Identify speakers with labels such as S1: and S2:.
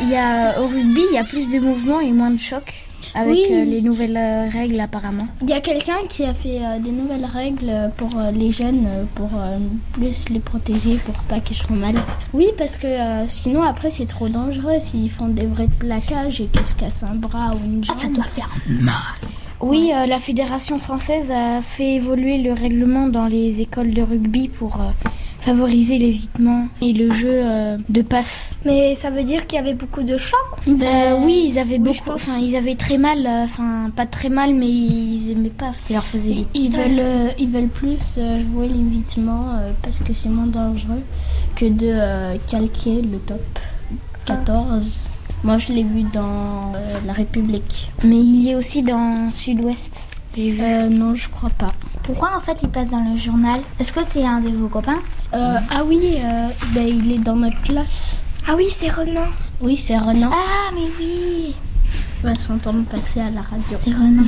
S1: Il y a, au rugby, il y a plus de mouvements et moins de chocs avec
S2: Oui.
S1: euh, les nouvelles euh, règles apparemment.
S2: Il y a quelqu'un qui a fait euh, des nouvelles règles pour euh, les jeunes, euh, pour euh, plus les protéger, pour pas qu'ils se font mal. Oui, parce que euh, sinon après c'est trop dangereux s'ils font des vrais plaquages et qu'ils se cassent un bras ou une jambe.
S1: faire mal. Oui, euh, la Fédération française a fait évoluer le règlement dans les écoles de rugby pour euh, favoriser l'évitement et le jeu euh, de passe.
S3: Mais ça veut dire qu'il y avait beaucoup de chocs.
S2: Ben
S1: Euh, oui, ils avaient
S3: je
S1: beaucoup,
S3: pense.
S1: enfin ils avaient très mal, euh, enfin pas très mal, mais ils aimaient pas. Ça leur faisait des
S2: Ils
S1: petites.
S2: veulent, euh, ils veulent plus euh, jouer l'évitement euh, parce que c'est moins dangereux que de euh, calquer le top 14. Moi, je l'ai vu dans euh, La République.
S1: Mais il y est aussi dans Sud-Ouest. J'ai vu.
S2: Euh, non, je crois pas.
S3: Pourquoi en fait il passe dans le journal Est-ce que c'est un de vos copains
S2: Euh, ah oui, euh, ben, il est dans notre classe.
S3: Ah oui, c'est Renan.
S2: Oui, c'est Renan.
S3: Ah mais oui,
S2: On va s'entendre passer à la radio.
S3: c'est Renan.